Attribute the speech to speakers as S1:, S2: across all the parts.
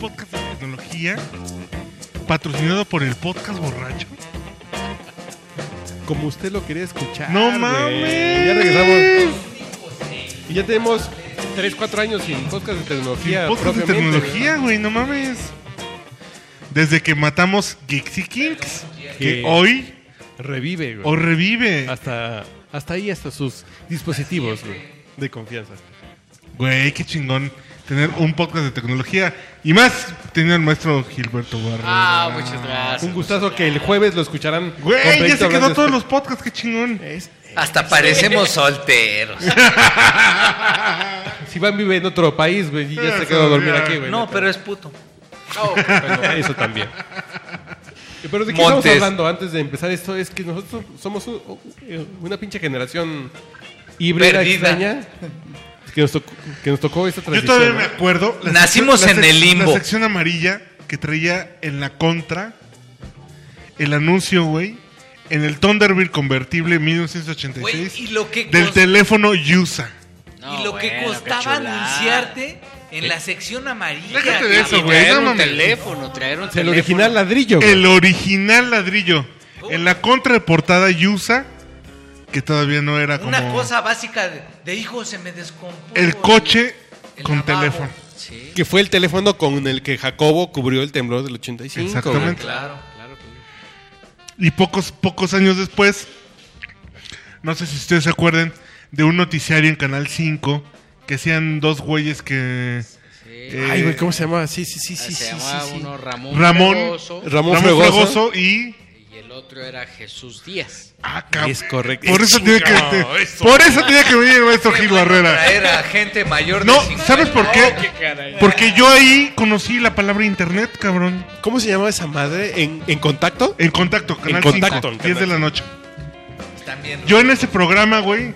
S1: podcast de tecnología patrocinado por el podcast borracho.
S2: Como usted lo quería escuchar.
S1: ¡No
S2: Ah, güey.
S1: mames!
S2: Ya regresamos. Y ya tenemos 3, 4 años sin podcast de tecnología.
S1: Podcast de
S2: propiamente,
S1: tecnología, güey, no mames. Desde que matamos Geeks y Kings, que
S2: Que-
S1: hoy
S2: güey. Revive, güey.
S1: os revive.
S2: Ah. Hasta, hasta ahí, hasta sus dispositivos, güey. De confianza.
S1: Güey, qué chingón tener un podcast de tecnología. Y más, tenía el maestro Gilberto Barra.
S3: Ah, muchas gracias.
S2: Un gustazo que el jueves lo escucharán. con
S1: Güey, ya
S2: Benito
S1: se quedó
S2: Hernández.
S1: todos los podcasts, qué chingón.
S3: Hasta parecemos solteros.
S2: Si van vive en otro país, güey, y ya se
S1: Eso,
S2: quedó a dormir
S1: ya.
S2: aquí, güey.
S3: No, pero es puto.
S4: Oh,
S2: Bueno, eso también. Pero de qué
S3: Montes.
S2: estamos hablando antes de empezar esto es que nosotros somos un- eh, una pinche generación híbrida
S3: Perdida.
S2: extraña que nos, tocó, que nos tocó esta
S1: Yo
S2: transición.
S1: todavía
S2: ¿no?
S1: me acuerdo. la
S3: Nacimos
S1: sección- la
S3: en el
S1: sec-
S3: limbo.
S1: La sección amarilla que traía en la contra el anuncio, güey, en el Thunderbird convertible 1986
S3: Güey, y lo que
S1: del
S3: cos-
S1: teléfono USA.
S3: y lo que costaba anunciarte en la sección amarilla.
S1: Déjate de
S3: cabrón.
S1: eso, güey.
S4: Traer
S1: no
S4: un
S1: mames.
S4: teléfono, traer un
S2: El
S4: teléfono.
S2: original ladrillo. güey.
S1: El original ladrillo.
S3: Oh.
S1: En la contra de portada USA, que todavía no era como
S3: Una cosa básica de, de hijo se me descompuso.
S1: el coche
S3: El
S1: con
S3: lavabo.
S1: teléfono.
S3: Sí,
S2: Que fue el teléfono con el que Jacobo cubrió el temblor del 85. güey.
S1: Exactamente.
S3: claro.
S1: Y pocos, pocos años después, no sé si ustedes se acuerden de un noticiario en Canal 5 que hacían dos güeyes que... eh,
S2: Ay, güey, ¿cómo se llamaba? Sí, sí, sí,
S4: Ah,
S2: sí.
S4: se
S2: sí,
S4: llamaba
S2: sí, sí.
S4: uno Ramón,
S1: Ramón.
S4: Fregoso
S2: Ramón,
S1: Ramón
S2: Fregoso.
S1: Fregoso y...
S4: y el otro era Jesús Díaz.
S1: Ah, cab-
S2: Es correcto.
S1: Por eso tiene que,
S2: Chingado, eso.
S1: por eso tenía que venir el maestro
S3: Qué
S1: Gil
S3: bueno
S1: Barrera.
S3: Traer a gente mayor
S1: No,
S3: de 50
S1: ¿sabes por qué?
S4: caray.
S1: Porque yo ahí conocí la palabra internet, cabrón.
S2: ¿Cómo se llamaba esa madre? ¿En, en contacto?
S1: En contacto, Canal
S2: Contacto,
S1: 5,
S2: en
S1: 10 de la
S2: Canal
S1: noche.
S3: También.
S1: Yo en ese programa, güey,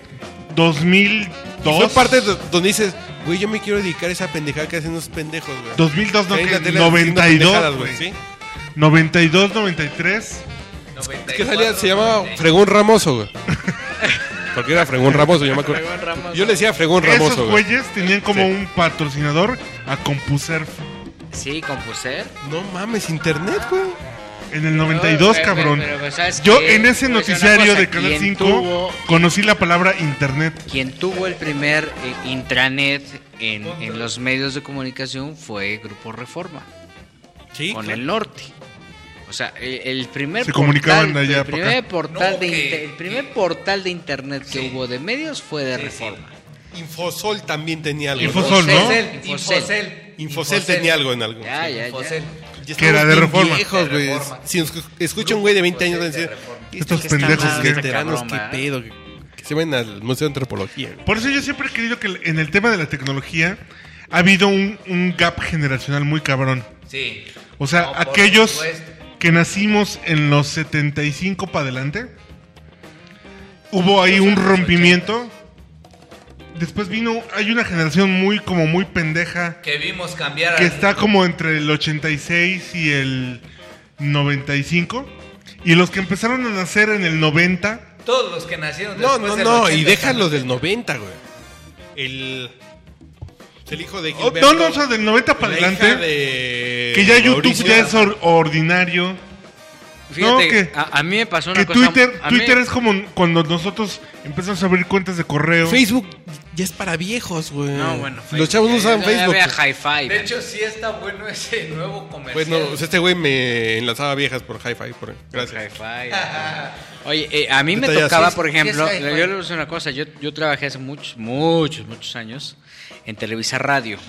S1: 2002.
S2: Son partes do- donde dices, güey, yo me quiero dedicar a esa pendejada que hacen unos pendejos, güey.
S1: 2002, no,
S2: Ahí en la
S1: que
S2: tele haciendo
S1: 92,
S2: pendejadas,
S1: güey.
S2: ¿sí?
S1: 92, 93.
S2: Es que salía, se llamaba Fregón Ramoso, güey. Porque era Fregón Ramoso, yo me acuerdo.
S4: Fregón Ramoso.
S2: Yo le decía Fregón Ramoso,
S1: Esos
S2: güey.
S1: güeyes tenían como
S2: Sí.
S1: un patrocinador a CompuServe
S4: Sí, compuser.
S2: No mames, internet, güey.
S1: en el 92,
S4: Pero,
S1: cabrón.
S4: pero, pero, ¿sabes
S1: Yo
S4: qué?
S1: en ese
S4: Pues, una
S1: noticiario
S4: cosa,
S1: de Canal
S4: ¿quién
S1: 5
S4: tuvo-
S1: conocí la palabra internet.
S4: Quien tuvo el primer eh, intranet en, en los medios de comunicación fue Grupo Reforma,
S2: Sí.
S4: con el norte. O sea, el, el primer
S1: Se comunicaban de allá
S4: el
S1: para
S4: primer
S1: acá.
S4: portal
S3: No,
S4: de
S3: que-
S4: inter- el primer portal de internet que
S3: Sí.
S4: hubo de medios fue de
S3: Sí, sí.
S4: Reforma.
S2: Infosol también tenía algo.
S1: Infosol. ¿no?
S3: Infocel,
S4: Infocel.
S3: Infocel.
S2: ¿no? Infosel tenía algo en algo.
S4: Ya, ya, ya.
S3: Infocel.
S2: Ya
S1: Que era
S2: estamos
S1: de
S2: bien
S1: Reforma.
S2: Viejos,
S3: De
S2: güey.
S3: Reforma.
S2: Si nos escucha un güey de 20 años, van a decir,
S4: ¿Qué
S1: Estos
S4: que está
S1: pendejos
S4: mal,
S1: que-
S4: está
S2: veteranos,
S4: cabrón,
S2: qué
S4: ¿verdad?
S2: pedo. Que, que se vayan al Museo de Antropología, güey.
S1: Por eso yo siempre he creído que en el tema de la tecnología ha habido un, un gap generacional muy cabrón.
S3: Sí.
S1: O sea,
S3: No, por
S1: aquellos
S3: supuesto.
S1: que nacimos en los 75 para adelante, hubo ahí un rompimiento. Después vino, hay una generación muy como muy pendeja
S3: Que vimos cambiar
S1: que
S3: al-
S1: está como entre el 86 y el 95 y los que empezaron a nacer en el 90
S3: todos los que nacieron
S2: No,
S3: después
S2: no,
S3: del
S2: no,
S3: 80,
S2: y déjalo del 90, güey. El. El hijo de
S1: Oh,
S2: Gilberto.
S1: no, no, o sea, del 90 para
S2: la hija
S1: adelante
S2: de
S1: que ya YouTube
S2: Mauricio.
S1: ya es or- ordinario
S4: Fíjate,
S1: No, que-
S4: a, a mí me pasó una
S1: que
S4: cosa.
S1: Twitter
S4: a mí-
S1: Twitter es como cuando nosotros empezamos a abrir cuentas de correo
S2: Facebook ya es para viejos, güey.
S4: No, bueno,
S2: Los
S4: Facebook,
S2: chavos no
S4: ya-
S2: usan
S4: ya
S2: Facebook.
S4: había hi-fi.
S3: De hecho, sí está bueno ese nuevo comercial.
S2: Pues no, o sea, este güey me enlazaba viejas por hi-fi. Por... Gracias.
S4: Hi-Fi. Oye, eh, a mí me
S2: Detallazo.
S4: tocaba,
S2: Sí,
S4: por ejemplo,
S3: sí es
S4: yo
S3: hi-fi.
S4: le voy a decir una cosa, yo, yo trabajé hace muchos, muchos, muchos años en Televisa Radio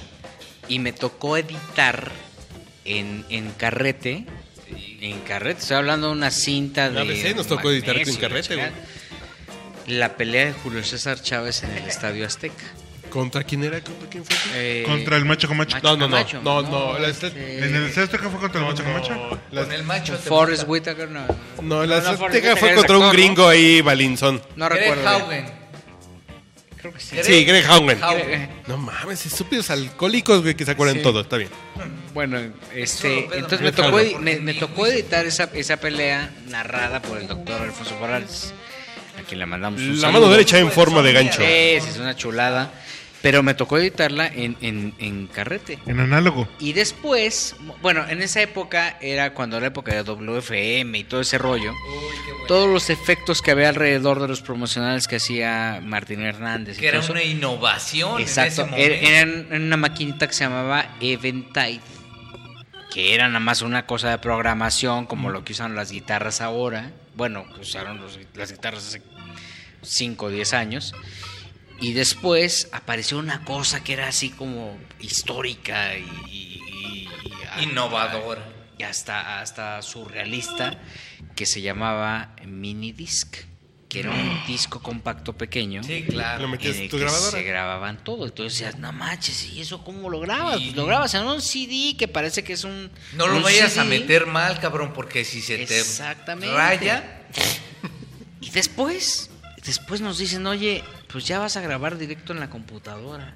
S4: y me tocó editar en, en carrete, en carrete, estoy hablando de una cinta de...
S2: La ABC ¿eh? nos tocó editar
S4: magnesio,
S2: en carrete,
S4: la chingada. La pelea de Julio César Chávez en el Estadio Azteca.
S2: ¿Contra quién era? ¿Contra quién fue?
S4: Eh,
S1: contra el macho con macho.
S4: Macho
S2: No, no, no,
S4: Camacho,
S2: no, no, la-
S4: este,
S1: En el sexto que fue contra el macho con macho.
S2: La-
S3: Con el macho te
S4: Forrest
S3: gusta.
S4: Whitaker, no.
S2: No, la
S4: no, Forrest
S2: Azteca fue
S4: Whitaker,
S2: contra un
S4: actor, ¿no?
S2: gringo ahí, Balinzón.
S4: No
S3: Greg
S4: recuerdo. bien.
S3: Haugen.
S4: Creo que sí.
S3: Greg
S2: Sí, Greg Howen.
S3: Haugen.
S2: No mames, estúpidos alcohólicos, güey, que se acuerdan
S4: Sí.
S2: todo, está bien.
S4: Bueno,
S3: Solo
S4: este,
S3: pedo,
S4: entonces
S3: ¿no?
S4: me tocó,
S2: Déjalo.
S4: edi- me, me tocó editar esa, esa pelea narrada por el doctor Alfonso Morales, a quien le mandamos un
S2: La
S4: saludo.
S2: mano derecha en forma de gancho.
S4: Sí, sí, es una chulada. Pero me tocó editarla en, en, en carrete.
S1: En análogo.
S4: Y después, bueno, en esa época era cuando era la época de WFM y todo ese rollo. Todos los efectos que había alrededor de los promocionales que hacía Martín Hernández. y
S3: Que era
S4: todo eso.
S3: una innovación
S4: Exacto.
S3: en ese
S4: Era-
S3: momento.
S4: Eran en una maquinita que se llamaba Eventide, que era nada más una cosa de programación como lo que usan las guitarras ahora. Bueno, que usaron los- las guitarras hace 5 o 10 años. Y después apareció una cosa que era así como histórica y, y- y-
S3: Innovadora.
S4: Y hasta, hasta surrealista, que se llamaba mini disc, que era un disco compacto pequeño
S3: Sí, claro.
S2: Lo metías
S4: en el
S2: tu
S4: Ah, que
S2: grabadora.
S4: se grababan todo. Entonces decías, no manches, ¿y eso cómo lo grabas?
S3: Sí.
S4: Pues lo grabas en un CD que parece que es un.
S3: No lo
S4: un
S3: vayas a
S4: CD.
S3: meter mal, cabrón, porque si se te
S4: Exactamente.
S3: raya,
S4: Y después, después nos dicen, oye, pues ya vas a grabar directo en la computadora.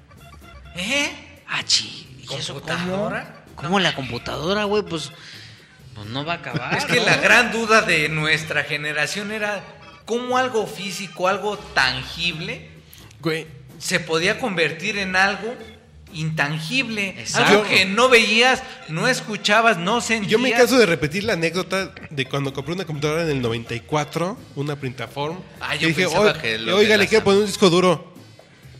S3: ¿eh?
S4: Ah, chi, ¿y eso cómo?
S3: ¿Computadora?
S4: ¿Cómo en la computadora, güey? Pues, pues no va a acabar.
S3: Es que
S4: ¿no?
S3: la gran duda de nuestra generación era cómo algo físico, algo tangible,
S2: Güey,
S3: se podía convertir en algo intangible,
S4: Exacto.
S3: algo que no veías, no escuchabas, no sentías.
S2: yo me canso de repetir la anécdota de cuando compré una computadora en el 94, una Printaform.
S3: Ah,
S2: y
S3: yo
S2: dije,
S3: pensaba
S2: "Oy-
S3: que lo
S2: oiga,
S3: de
S2: le
S3: la
S2: quiero
S3: Samsung".
S2: poner un disco duro.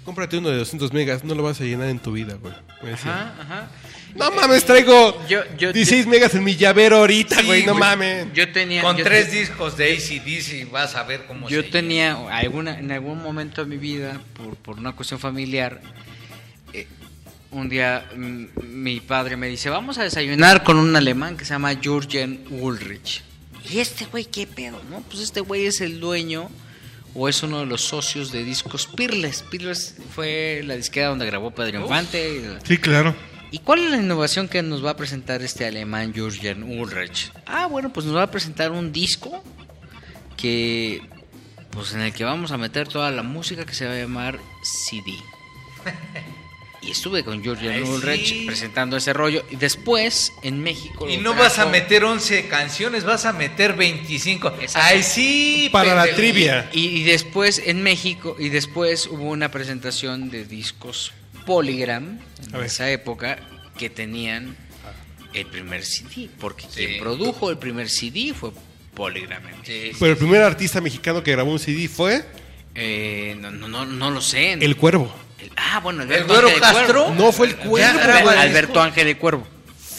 S2: Cómprate uno de 200 megas, no lo vas a llenar en tu vida, güey. Me decía.
S4: Ajá, ajá.
S2: No mames, traigo
S4: Yo- yo-
S2: 16 megas en mi llavero ahorita,
S3: Sí,
S2: güey, no
S3: güey.
S2: mames.
S4: Yo tenía.
S3: Con
S4: yo
S3: tres
S4: te-
S3: discos de ACDC vas a ver cómo
S4: Yo
S3: se
S4: tenía alguna, en algún momento de mi vida, por, por una cuestión familiar, eh, un día mm, mi padre me dice, vamos a desayunar con un alemán que se llama Jürgen Ulrich. ¿Y este güey qué pedo? No, pues este güey es el dueño o es uno de los socios de discos Pirles. Pirles fue la disquera donde grabó Pedro Infante. y-
S1: Sí, claro.
S4: ¿Y cuál es la innovación que nos va a presentar este alemán Jürgen Ulrich? Ah, bueno, pues nos va a presentar un disco que pues en el que vamos a meter toda la música que se va a llamar CD. Y estuve con Jürgen
S3: Ay, sí.
S4: Ulrich presentando ese rollo y después en México
S3: Y
S4: lo
S3: no
S4: trajo-
S3: vas a meter 11 canciones, vas a meter 25.
S4: Exacto.
S3: Ay, sí.
S2: Para la
S3: pendejo.
S2: trivia.
S4: y, y después en México y después hubo una presentación de discos Polygram
S2: A
S4: en
S2: ver.
S4: esa época que tenían el primer CD, porque
S3: Sí.
S4: quien produjo el primer CD fue Polygram.
S3: Sí, sí.
S2: Pero el primer artista mexicano que grabó un CD fue
S4: Eh, no, no, no, no lo sé.
S2: El Cuervo.
S4: El- ah, bueno,
S3: ¿El
S4: Alberto
S3: Güero
S4: Ángel de
S3: Castro?
S4: Cuervo.
S2: No fue el
S3: Ya
S2: Cuervo. güey.
S3: graba el disco.
S4: Alberto Ángel de Cuervo.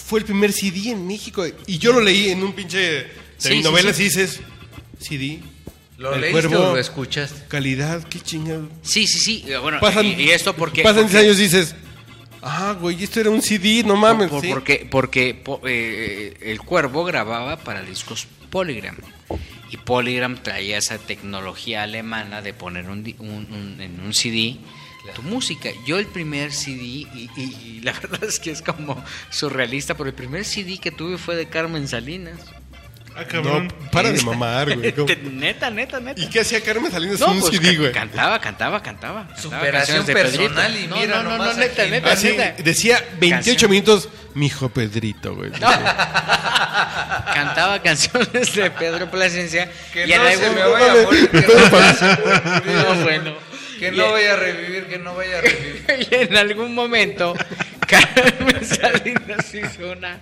S2: Fue el primer CD en México. Y yo lo leí en un pinche
S4: Sí,
S2: telenovela
S4: sí,
S2: y dices, CD,
S3: ¿Lo
S2: El
S3: leíste
S2: Cuervo.
S3: o lo escuchaste?
S2: calidad, qué chingado.
S4: Sí, sí, sí. eh, Bueno,
S2: Pasan-
S4: y, y esto porque...
S2: Pasan 10
S4: porque-
S2: años y dices, ah, güey, esto era un CD, no mames.
S4: Por-
S2: sí.
S4: Porque, porque po- eh, el cuervo grababa para discos Polygram. Y Polygram traía esa tecnología alemana de poner un, di- un- un- en un CD tu música. Yo el primer CD, y, y- y la verdad es que es como surrealista, pero el primer CD que tuve fue de Carmen Salinas. Este,
S1: Ah,
S2: No,
S1: cabrón.
S2: para de mamar, güey. ¿cómo?
S4: neta, neta, neta.
S2: ¿Y qué hacía Carmen Salinas en
S4: No,
S2: un
S4: pues
S2: CD,
S4: ca-
S2: güey?
S4: cantaba, cantaba, cantaba. cantaba
S3: Superación
S4: canciones de Pedrito.
S3: personal y
S4: No,
S3: mira
S4: no, no,
S3: nomás
S4: no, neta,
S3: aquí.
S4: neta,
S2: Ah, sí,
S4: neta.
S2: decía 28
S4: Canción.
S2: minutos, mi hijo Pedrito, güey.
S4: Cantaba canciones de Pedro Plasencia.
S3: Que
S4: y en
S3: no se
S4: algún-
S3: me vaya a morir. Que no,
S4: No, bueno.
S3: que
S4: Y-
S3: no vaya a revivir, que no vaya a revivir.
S4: Y en algún momento, Carmen Salinas hizo una,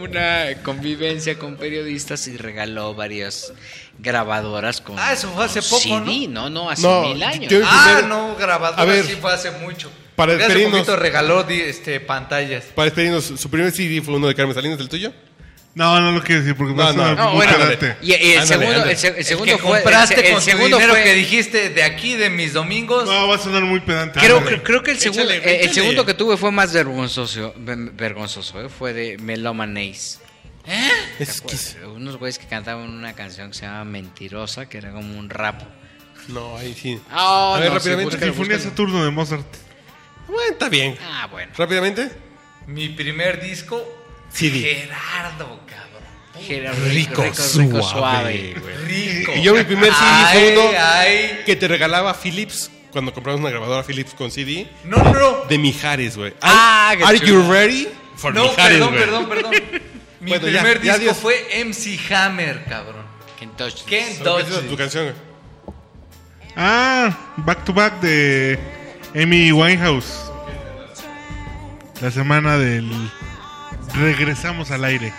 S4: una convivencia con periodistas y regaló varias grabadoras con.
S3: Ah, eso fue hace
S4: con
S3: poco,
S4: CD. No, no, hace
S2: No,
S4: mil años.
S2: yo- El
S3: Ah,
S2: primero-
S3: no, grabadora
S2: A ver,
S3: sí fue hace mucho.
S2: para
S3: Porque hace
S2: despedirnos.
S3: poquito regaló di- este, pantallas.
S2: Para despedirnos, su primer CD fue uno de Carmen Salinas, ¿el tuyo?
S1: No, no lo quiero decir porque
S2: No,
S1: vas
S2: no.
S1: a
S4: No,
S1: muy
S4: bueno,
S1: pedante.
S4: y, y el
S2: Ándale,
S4: segundo,
S2: ándale.
S4: el se- el
S3: El
S4: segundo
S3: que
S4: fue. el
S3: compraste
S4: se- el,
S3: con tu
S4: segundo
S3: dinero
S4: fue-
S3: que dijiste de aquí, de mis domingos.
S1: No, va a sonar muy pedante.
S4: Creo,
S1: Ándale.
S4: creo- creo que el segundo,
S2: Échale,
S4: eh, el
S2: échale.
S4: segundo que tuve fue más vergonzoso, ver- vergonzoso eh, fue de Melomanés.
S2: Es que...
S4: Unos güeyes que cantaban una canción que se llamaba Mentirosa, que era como un rap.
S2: No, ahí sí.
S4: Ah,
S2: a ver,
S4: no, sí,
S2: rápidamente.
S4: búscalo,
S1: Sinfonía Saturno de Mozart.
S2: Bueno, está bien.
S4: Ah, bueno.
S2: Rápidamente.
S3: Mi primer disco,
S2: CD.
S3: Gerardo, cabrón.
S4: Era
S2: Rico, suave.
S3: Rico.
S2: Y yo mi primer CD fue
S3: Ay,
S2: uno
S3: ay.
S2: que te regalaba Philips cuando compramos una grabadora Philips con CD
S3: No, no, no.
S2: de Mijares, güey.
S4: Ah, qué
S2: Are
S4: chulo.
S2: you ready for
S3: No,
S2: Mijares,
S3: perdón,
S2: güey?
S3: perdón, perdón. Mi
S2: Bueno, ya,
S3: primer
S2: ya,
S3: disco
S2: adiós.
S3: fue MC Hammer, cabrón.
S4: Kentucky.
S3: ¿Qué?
S2: Pero, ¿qué es tu canción?
S1: Ah, Back to Back de Amy Winehouse. La semana del regresamos al aire.